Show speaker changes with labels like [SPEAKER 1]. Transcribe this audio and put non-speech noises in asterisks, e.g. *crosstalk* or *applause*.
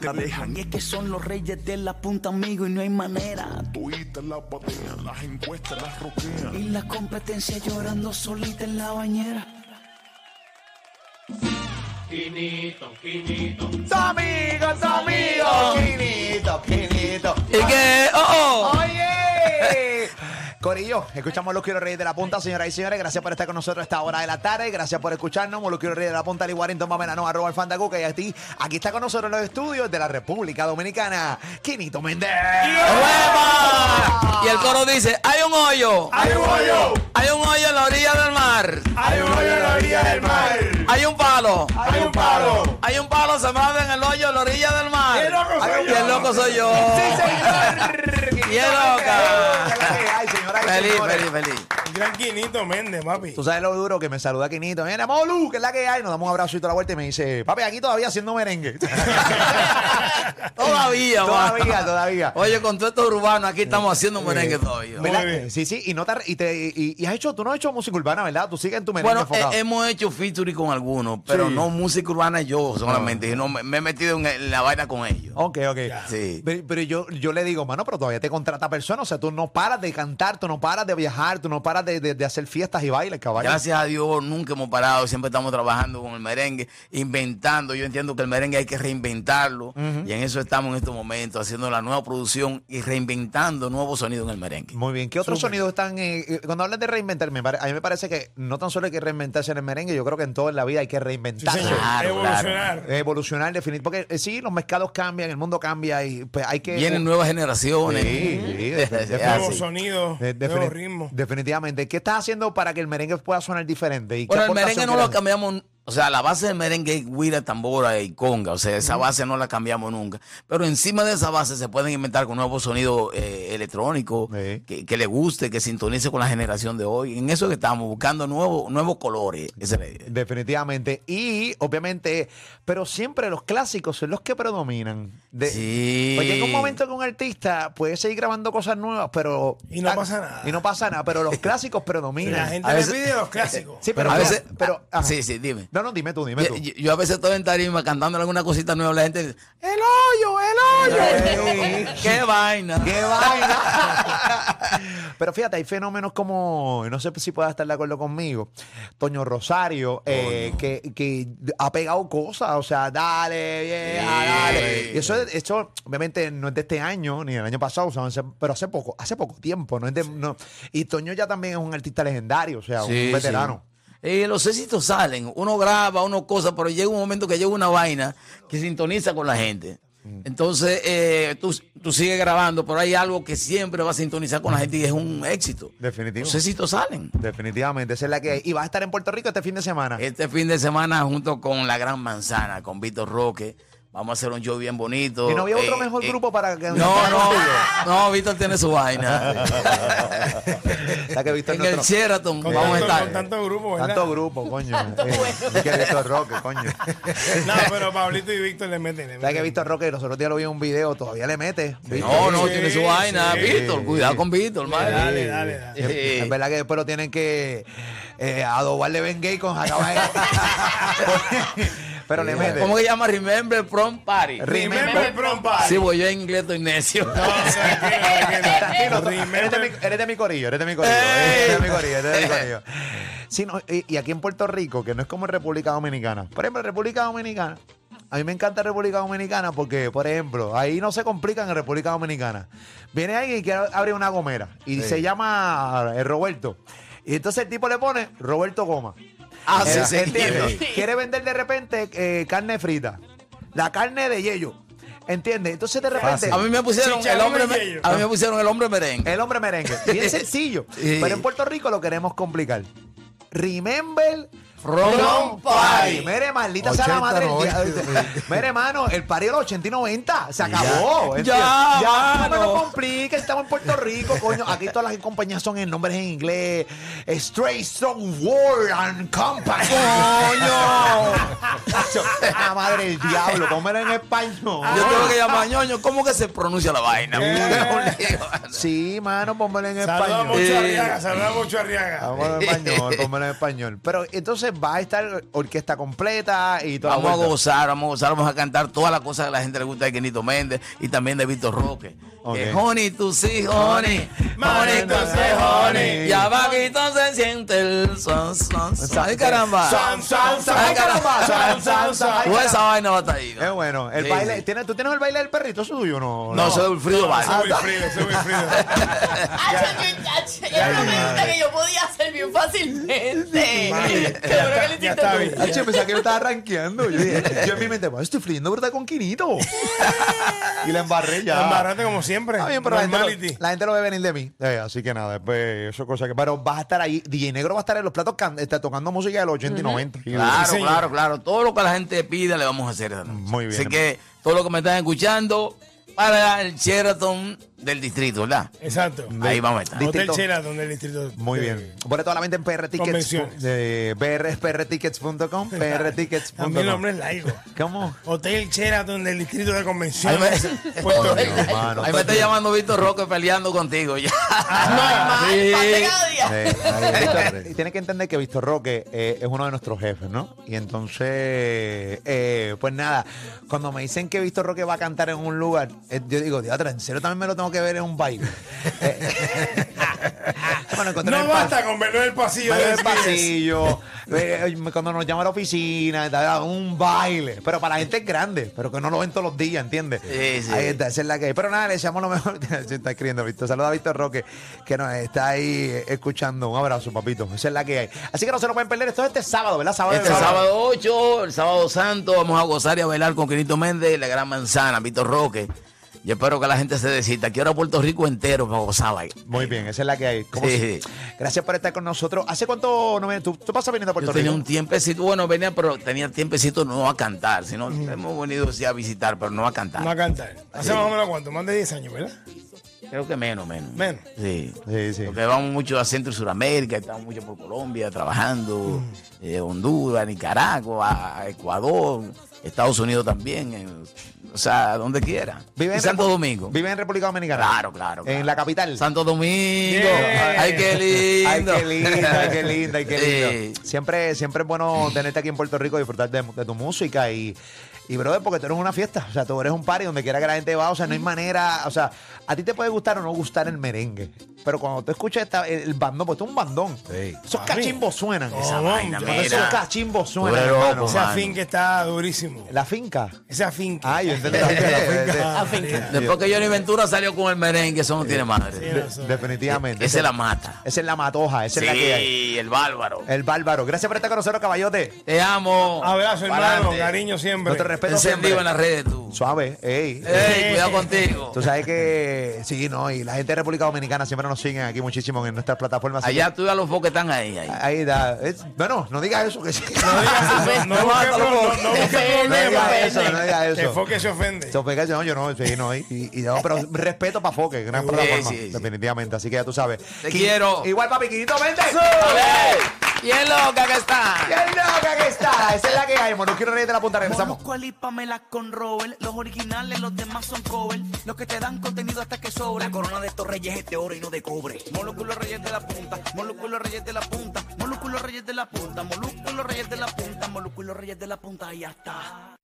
[SPEAKER 1] La dejan. Y es que son los reyes de la punta, amigo, y no hay manera.
[SPEAKER 2] Tuitas las batean, las encuestas las roquean.
[SPEAKER 1] Y la competencia llorando solita en la bañera.
[SPEAKER 3] Quinito, quinito.
[SPEAKER 4] Amigos, amigos. Quinito, quinito.
[SPEAKER 5] Y que, oh, oh.
[SPEAKER 4] Oye. *laughs* Corillo, escuchamos los Quiero Reyes de la Punta, señoras y señores. Gracias por estar con nosotros a esta hora de la tarde. Gracias por escucharnos. Los Quiero Reyes de la Punta, Lee Warrington, Mamena, no, arroba el Fandacuca y a ti. Aquí está con nosotros en los estudios de la República Dominicana, Quinito Méndez.
[SPEAKER 5] ¡Hueva! Y el coro dice, hay un hoyo.
[SPEAKER 2] ¡Hay un hoyo!
[SPEAKER 5] Hay un hoyo en la orilla del mar.
[SPEAKER 2] ¡Hay un hoyo en la orilla del mar!
[SPEAKER 5] Hay un palo.
[SPEAKER 2] ¡Hay un palo!
[SPEAKER 5] Hay un palo sembrado en el hoyo en la orilla del mar.
[SPEAKER 2] ¡Qué loco soy
[SPEAKER 5] Ay,
[SPEAKER 2] yo!
[SPEAKER 5] ¡Qué loco soy yo! ¡Qué
[SPEAKER 4] ¿Qué es
[SPEAKER 5] loca!
[SPEAKER 4] la que hay, señoras y
[SPEAKER 5] Feliz,
[SPEAKER 4] señores?
[SPEAKER 5] feliz, feliz.
[SPEAKER 6] Gran Quinito Méndez, papi.
[SPEAKER 4] Tú sabes lo duro que me saluda Quinito. Viene Molu, que es la que hay. Nos damos un abrazo y toda la vuelta y me dice, papi, aquí todavía haciendo merengue. *laughs*
[SPEAKER 5] *laughs* Todavía,
[SPEAKER 4] todavía,
[SPEAKER 5] mano.
[SPEAKER 4] todavía.
[SPEAKER 5] Oye, con todo esto urbano, aquí estamos haciendo un merengue todavía.
[SPEAKER 4] ¿Verdad?
[SPEAKER 6] Muy bien.
[SPEAKER 4] Sí, sí, y, no te, y, te- y- y has hecho, tú no has hecho música urbana, ¿verdad? Tú sigues en tu merengue
[SPEAKER 5] Bueno,
[SPEAKER 4] enfocado.
[SPEAKER 6] eh,
[SPEAKER 5] he-
[SPEAKER 6] em-
[SPEAKER 5] hemos hecho featuring con algunos, pero no música urbana yo solamente. sino me, me he metido en, en la vaina con ellos.
[SPEAKER 4] Ok, ok.
[SPEAKER 5] Sí.
[SPEAKER 4] Pero, pero yo, yo le digo, mano, pero todavía te contrata persona. O sea, tú no paras de cantar, tú no paras de viajar, tú no paras de, de- de hacer fiestas y bailes, caballo.
[SPEAKER 5] Gracias a Dios nunca hemos parado, siempre estamos trabajando con el merengue, inventando. Yo entiendo que el merengue hay que reinventarlo y en eso estamos en estos momentos, haciendo la nueva producción y reinventando nuevos sonidos en el merengue.
[SPEAKER 4] Muy bien. ¿Qué otros sonidos están? eh, eh, cuando hablas de reinventar, me pare- a mí me parece que no tan solo hay que reinventarse en el merengue, yo creo que en toda la vida hay que reinventarse.
[SPEAKER 6] señor.
[SPEAKER 5] Claro,
[SPEAKER 6] Evolucionar.
[SPEAKER 4] Evolucionar, definir. Porque eh, sí, los mercados cambian, el mundo cambia y pues, hay que.
[SPEAKER 5] Vienen nuevas generaciones.
[SPEAKER 4] Sí, sí,
[SPEAKER 5] *laughs* Es
[SPEAKER 4] definitivamente.
[SPEAKER 5] así.
[SPEAKER 6] Nuevos sonidos,
[SPEAKER 4] Eh, defini-
[SPEAKER 6] nuevos ritmos.
[SPEAKER 4] Definitivamente. ¿Qué estás haciendo para que el merengue pueda sonar diferente? ¿Y qué
[SPEAKER 5] Bueno, el
[SPEAKER 4] aportación
[SPEAKER 5] merengue no
[SPEAKER 4] quieres
[SPEAKER 5] lo
[SPEAKER 4] hacer?
[SPEAKER 5] cambiamos. O sea, la base del merengue es guira, tambora y conga. O sea, esa base no la cambiamos nunca. Pero encima de esa base se pueden inventar con nuevos sonidos eh, electrónicos
[SPEAKER 4] Sí.
[SPEAKER 5] que, que le guste, que sintonice con la generación de hoy. En eso que estamos, buscando nuevos nuevos colores. Esa es la idea.
[SPEAKER 4] Definitivamente. Y obviamente, pero siempre los clásicos son los que predominan. De,
[SPEAKER 5] Sí.
[SPEAKER 4] Porque llega un momento que un artista puede seguir grabando cosas nuevas, pero. ah,
[SPEAKER 6] Y no pasa nada.
[SPEAKER 4] Y no pasa nada, pero
[SPEAKER 6] *laughs*
[SPEAKER 4] los clásicos predominan.
[SPEAKER 6] La gente
[SPEAKER 5] a
[SPEAKER 6] le
[SPEAKER 5] veces-
[SPEAKER 6] pide los clásicos.
[SPEAKER 4] *laughs* Sí, pero.
[SPEAKER 5] a veces. ah,
[SPEAKER 4] pero ajá.
[SPEAKER 5] sí, sí, dime.
[SPEAKER 4] No, no, dime tú, dime
[SPEAKER 5] Yo,
[SPEAKER 4] tú.
[SPEAKER 5] yo- yo a veces estoy en tarima cantando alguna cosita nueva. La gente dice: ¡El hoyo, el hoyo! ¡Qué vaina!
[SPEAKER 4] ¡Qué vaina! *laughs* Pero fíjate, hay fenómenos como, y no sé si puedas estar de acuerdo conmigo, Toño Rosario, eh, que, que ha pegado cosas, o sea, dale, vieja, dale. Y eso, eso, obviamente, no es de este año, ni del año pasado, o sea, hace- pero hace poco, hace poco tiempo, no es de... no. Y Toño ya también es un artista legendario, o sea,
[SPEAKER 5] Sí,
[SPEAKER 4] un veterano.
[SPEAKER 5] sí. Eh, los éxitos salen, uno graba, uno cosa, pero llega un momento que llega una vaina que sintoniza con la gente.
[SPEAKER 4] Mm.
[SPEAKER 5] Entonces, eh, tú, tú sigues grabando, pero hay algo que siempre va a sintonizar con la gente y es un éxito.
[SPEAKER 4] Definitivo.
[SPEAKER 5] Los éxitos salen.
[SPEAKER 4] Definitivamente, esa es la que hay. Y va a estar en Puerto Rico este fin de semana.
[SPEAKER 5] Este fin de semana, junto con La Gran Manzana, con Víctor Roque, vamos a hacer un show bien bonito.
[SPEAKER 4] Y no había otro
[SPEAKER 5] Eh,
[SPEAKER 4] mejor
[SPEAKER 5] eh,
[SPEAKER 4] grupo para que... *laughs*
[SPEAKER 5] No, no, no, Víctor tiene su vaina.
[SPEAKER 4] La que Víctor
[SPEAKER 5] en el
[SPEAKER 4] Este nuestro-
[SPEAKER 5] Sheraton
[SPEAKER 6] Con,
[SPEAKER 5] vamos a
[SPEAKER 6] tanto,
[SPEAKER 5] estar.
[SPEAKER 6] con tanto grupo, ¿verdad?
[SPEAKER 4] Tanto grupo, coño. Eh, y que Víctor Roque, coño.
[SPEAKER 6] No, pero *laughs* Pablito y Víctor le meten. le
[SPEAKER 4] ¿Sabes que
[SPEAKER 6] meten.
[SPEAKER 4] Víctor Roque los otros días lo vi en un video? Todavía le mete. ¿viste?
[SPEAKER 5] No, no,
[SPEAKER 6] Sí,
[SPEAKER 5] tiene su vaina,
[SPEAKER 6] sí.
[SPEAKER 5] Víctor. Cuidado con Víctor, madre.
[SPEAKER 6] Dale, dale, dale.
[SPEAKER 4] Es- Es verdad que después lo tienen que eh, adobarle Ben Gay con jacabay. *laughs* Pero le mete.
[SPEAKER 5] ¿Cómo que llama Remember Prom Party?
[SPEAKER 6] Remember Prom
[SPEAKER 5] Sí,
[SPEAKER 6] Party.
[SPEAKER 5] voy yo en inglés estoy necio.
[SPEAKER 6] No, tranquilo, tranquilo.
[SPEAKER 4] Tranquilo, eres de, mi,
[SPEAKER 6] Remember-
[SPEAKER 4] eres de mi corillo, eres de mi corillo. Eres de mi corillo, eres de mi corillo. Sí, no, y, y aquí en Puerto Rico, que no es como en República Dominicana. Por ejemplo, en República Dominicana. A mí me encanta República Dominicana porque, por ejemplo, ahí no se complican en República Dominicana. Viene alguien y quiere abrir una gomera y se llama eh, Roberto. Y entonces el tipo le pone Roberto Goma.
[SPEAKER 5] *laughs* Ah, sí,
[SPEAKER 4] Eh,
[SPEAKER 5] sí,
[SPEAKER 4] entiendo.
[SPEAKER 5] sí.
[SPEAKER 4] Quiere vender de repente eh, carne frita. La carne de yello. ¿Entiendes? Entonces de repente.
[SPEAKER 5] A mí me pusieron el
[SPEAKER 6] Chicharrón
[SPEAKER 5] hombre
[SPEAKER 6] y
[SPEAKER 5] me-
[SPEAKER 6] ellos.
[SPEAKER 5] a mí me pusieron el hombre merengue.
[SPEAKER 4] El hombre merengue. Bien sencillo.
[SPEAKER 5] *laughs* Sí.
[SPEAKER 4] Pero en Puerto Rico lo queremos complicar. Remember.
[SPEAKER 5] Ron
[SPEAKER 4] Ron
[SPEAKER 5] Party.
[SPEAKER 4] Mere, maldita sea la
[SPEAKER 7] 80,
[SPEAKER 4] madre. el día-
[SPEAKER 7] 90.
[SPEAKER 4] Mere, hermano, el pari era 80 y 90. Se acabó.
[SPEAKER 5] Ya,
[SPEAKER 4] ya no me lo
[SPEAKER 5] mano.
[SPEAKER 4] compliques. Estamos en Puerto Rico, coño. Aquí todas las compañías son en nombres en inglés. Stray Stone World and Company. ¡Coño! la madre del diablo. Pónmelo en español.
[SPEAKER 5] Yo tengo que llamar a ñoño. ¿Cómo que se pronuncia la vaina?
[SPEAKER 4] Sí, mano, pónmelo en
[SPEAKER 6] Saludos
[SPEAKER 4] español.
[SPEAKER 6] mucho a Arriaga, saludos mucho a Arriaga.
[SPEAKER 5] *laughs*
[SPEAKER 4] Vamos en español, pónmelo en español. Pero entonces, entonces va a estar orquesta completa y todo.
[SPEAKER 5] Vamos a gozar, vamos a gozar, vamos a cantar todas las cosas que la gente le gusta de Kenito Méndez y también de Víctor Roque.
[SPEAKER 4] Ok.
[SPEAKER 5] Eh, honey, tú sí, honey. Honey,
[SPEAKER 6] Mami,
[SPEAKER 5] tú sí,
[SPEAKER 6] entonces,
[SPEAKER 5] honey.
[SPEAKER 6] honey.
[SPEAKER 5] Ya va que entonces siente el son, son, son. Ay, caramba.
[SPEAKER 6] Son, son, son.
[SPEAKER 5] Ay, caramba.
[SPEAKER 6] Son, son, son. Ay,
[SPEAKER 5] Toda esa vaina va a estar ahí. ¿no?
[SPEAKER 4] Es bueno. El
[SPEAKER 5] Sí,
[SPEAKER 4] baile,
[SPEAKER 5] sí.
[SPEAKER 4] ¿tiene- ¿Tú tienes el baile del perrito suyo o no?
[SPEAKER 5] No, soy Wilfrido Valle.
[SPEAKER 6] Soy muy frío, soy muy frío.
[SPEAKER 7] Ah, yo- yo- yo- yo era una pregunta que yo podía hacer bien fácilmente.
[SPEAKER 6] Vale.
[SPEAKER 7] Seguro *laughs* que le
[SPEAKER 6] Ya
[SPEAKER 7] hiciste
[SPEAKER 6] está
[SPEAKER 7] tú.
[SPEAKER 6] bien.
[SPEAKER 4] Ay, che, pensaba que yo estaba rankeando. Yo, dije, yo en mi mente, "Bueno, estoy fluyendo, ¿verdad? Con Quinito. y la embarré ya.
[SPEAKER 6] Embarrate como siempre.
[SPEAKER 4] Está bien, pero la gente,
[SPEAKER 6] Normality.
[SPEAKER 4] lo, la gente lo ve venir de mí. Eh, así que nada, pues, eso es cosa que. Pero vas a estar ahí. DJ Negro va a estar en los platos can- está tocando música de los 80 y 90.
[SPEAKER 5] Claro,
[SPEAKER 6] Sí, señor.
[SPEAKER 5] claro, claro. Todo lo que la gente pida le vamos a hacer esa noche.
[SPEAKER 4] Muy bien.
[SPEAKER 5] Así que todo lo que me están escuchando para el Sheraton del distrito, ¿verdad?
[SPEAKER 6] Exacto.
[SPEAKER 5] Ahí vamos a estar.
[SPEAKER 6] Hotel
[SPEAKER 4] Distrito.
[SPEAKER 6] Sheraton del distrito.
[SPEAKER 4] Muy bien. Pone toda la mente en PRTickets.
[SPEAKER 6] Convenciones.
[SPEAKER 4] Eh, PR, prtickets.com,
[SPEAKER 6] A
[SPEAKER 4] prtickets.com.
[SPEAKER 6] mí el nombre es largo.
[SPEAKER 4] ¿Cómo?
[SPEAKER 6] Hotel Sheraton del distrito de
[SPEAKER 5] Ahí me,
[SPEAKER 6] convenciones.
[SPEAKER 4] *laughs*
[SPEAKER 6] Puerto Rico.
[SPEAKER 4] Mano,
[SPEAKER 5] ahí me está llamando Víctor Roque peleando contigo ya.
[SPEAKER 7] Ay,
[SPEAKER 5] Sí.
[SPEAKER 7] pase cada día.
[SPEAKER 4] Eh,
[SPEAKER 5] *laughs*
[SPEAKER 4] ahí, Víctor, Tienes que entender que Víctor Roque eh, es uno de nuestros jefes, ¿no? Y entonces, eh, pues nada, cuando me dicen que Víctor Roque va a cantar en un lugar, eh, yo digo, diatra, en serio también me lo tengo que ver en un baile. *laughs* Eh, *laughs* bueno, encontré en
[SPEAKER 6] No
[SPEAKER 4] el pas-
[SPEAKER 6] basta con verlo en el pasillo.
[SPEAKER 4] me veo en el
[SPEAKER 6] de Spinners.
[SPEAKER 4] pasillo, eh, eh, cuando nos llama a la oficina, da un baile. Pero para la gente es grande, pero que no lo ven todos los días, ¿entiendes?
[SPEAKER 5] Sí, sí.
[SPEAKER 4] Ahí está, esa es la que hay. Pero nada, le deseamos lo mejor. *laughs* Se está escribiendo, Víctor. Saluda a Víctor Roque, que nos está ahí eh, escuchando. Un abrazo, papito. Esa es la que hay. Así que no se lo pueden perder. Esto es este sábado, ¿verdad? Sábado
[SPEAKER 5] Este
[SPEAKER 4] de verano.
[SPEAKER 5] sábado 8, el sábado santo, vamos a gozar y a bailar con Quinito Méndez y la Gran Manzana, Víctor Roque. Yo espero que la gente se decida. Quiero a Puerto Rico entero para gozar. vaya.
[SPEAKER 4] Muy bien, esa es la que hay. Como
[SPEAKER 5] Sí.
[SPEAKER 4] si- Gracias por estar con nosotros. ¿Hace cuánto no vienes? ¿Tú, tú pasas viniendo a Puerto
[SPEAKER 5] Yo tenía
[SPEAKER 4] Rico?
[SPEAKER 5] un tiempecito, bueno, venía, pero tenía tiempecito no a cantar, sino hemos venido sí a visitar, pero no a cantar.
[SPEAKER 6] No a cantar. Hace más o menos cuánto, más de 10 años, ¿verdad?
[SPEAKER 5] Creo que menos, menos.
[SPEAKER 6] Menos.
[SPEAKER 5] Sí.
[SPEAKER 4] Sí, sí.
[SPEAKER 5] Porque vamos mucho a Centro y Sudamérica, estamos mucho por Colombia trabajando,
[SPEAKER 4] Mm.
[SPEAKER 5] eh, Honduras, Nicaragua, a Ecuador, Estados Unidos también, en- o sea, donde quiera.
[SPEAKER 4] Vive
[SPEAKER 5] Y
[SPEAKER 4] en
[SPEAKER 5] Santo
[SPEAKER 4] Repu-
[SPEAKER 5] Domingo.
[SPEAKER 4] Vive en República Dominicana.
[SPEAKER 5] Claro, claro, claro.
[SPEAKER 4] En la capital.
[SPEAKER 5] Santo Domingo.
[SPEAKER 6] Yeah.
[SPEAKER 5] Ay, qué lindo. Eh.
[SPEAKER 4] Ay, qué lindo, ay,
[SPEAKER 5] *laughs*
[SPEAKER 4] qué lindo, ay, qué lindo.
[SPEAKER 5] Sí.
[SPEAKER 4] Siempre, siempre es bueno tenerte aquí en Puerto Rico, disfrutar de, de tu música y, y, brother, porque tú eres una fiesta. O sea, tú eres un party donde quiera que la gente va. O sea, no hay manera. O sea, a ti te puede gustar o no gustar el merengue. Pero cuando tú escuchas esta- el, el bandón, pues tú eres un bandón. Esos
[SPEAKER 6] Papi.
[SPEAKER 4] cachimbos suenan.
[SPEAKER 6] No,
[SPEAKER 4] Esa-
[SPEAKER 6] vamos,
[SPEAKER 5] vaina,
[SPEAKER 6] yo-
[SPEAKER 5] Oh, mira.
[SPEAKER 4] Esos cachimbos suenan.
[SPEAKER 5] Tú eres loco,
[SPEAKER 4] hermano.
[SPEAKER 5] man.
[SPEAKER 6] Ese fin que está durísimo.
[SPEAKER 4] La finca.
[SPEAKER 6] Ese finca. Ah,
[SPEAKER 4] Ay, yo entendí la
[SPEAKER 6] *laughs*
[SPEAKER 4] finca. La
[SPEAKER 6] finca.
[SPEAKER 5] Después que Johnny Ventura salió con el merengue, eso no tiene madre.
[SPEAKER 4] finca. Definitivamente.
[SPEAKER 5] Esa es la mata.
[SPEAKER 4] Esa es la matoja. Esa es la que hay. Eh.
[SPEAKER 5] Sí, el bárbaro.
[SPEAKER 4] El bárbaro. Gracias por estar con nosotros, caballote.
[SPEAKER 5] Te amo.
[SPEAKER 6] Abrazo, hermano.
[SPEAKER 5] Pa'lante.
[SPEAKER 6] Cariño siempre.
[SPEAKER 4] Nuestro respeto
[SPEAKER 5] Encendido
[SPEAKER 4] siempre.
[SPEAKER 5] en las redes tú.
[SPEAKER 4] Suave, ey.
[SPEAKER 5] Ey, cuidado contigo.
[SPEAKER 4] Tú sabes que *laughs* sí, no, y la gente de República Dominicana siempre nos siguen aquí muchísimo en nuestras plataformas. así
[SPEAKER 5] Allá tú y a los focos que están ahí.
[SPEAKER 4] que-
[SPEAKER 5] ahí.
[SPEAKER 4] Ahí está. Es- bueno, no digas eso que sí.
[SPEAKER 6] No digas eso, no
[SPEAKER 5] No
[SPEAKER 6] busques
[SPEAKER 5] mátalo,
[SPEAKER 6] pro-
[SPEAKER 5] porque-
[SPEAKER 6] no- no busques
[SPEAKER 7] Defende,
[SPEAKER 6] problemas.
[SPEAKER 7] defende.
[SPEAKER 4] Eso, no diga *laughs* eso.
[SPEAKER 6] Que Foque se ofende.
[SPEAKER 4] Se ofende, no, yo no, sí, no, y, y- y no, pero respeto para Foque, gran
[SPEAKER 5] Sí,
[SPEAKER 4] plataforma,
[SPEAKER 5] sí, sí.
[SPEAKER 4] definitivamente, así que ya tú sabes.
[SPEAKER 5] Te
[SPEAKER 4] Qui-
[SPEAKER 5] quiero.
[SPEAKER 4] Igual, papi, Quinito, vente.
[SPEAKER 5] ¡Ey! ¡Bien loca que
[SPEAKER 4] ¡Qué
[SPEAKER 5] está!
[SPEAKER 4] loca que está! Esa es la que hay, mono, quiero reír de la punta, regresamos.
[SPEAKER 1] Conozco a Lipa, Pamela con Robert. Los originales, los demás son cover. Los que te dan contenido hasta que sobra. La corona de estos reyes es de oro y no de cobre. Molúsculos reyes de la punta. Molúsculos reyes de la punta. Molúsculos reyes de la punta. Molúsculos reyes de la punta. Molúsculos reyes de la punta. Y ya está.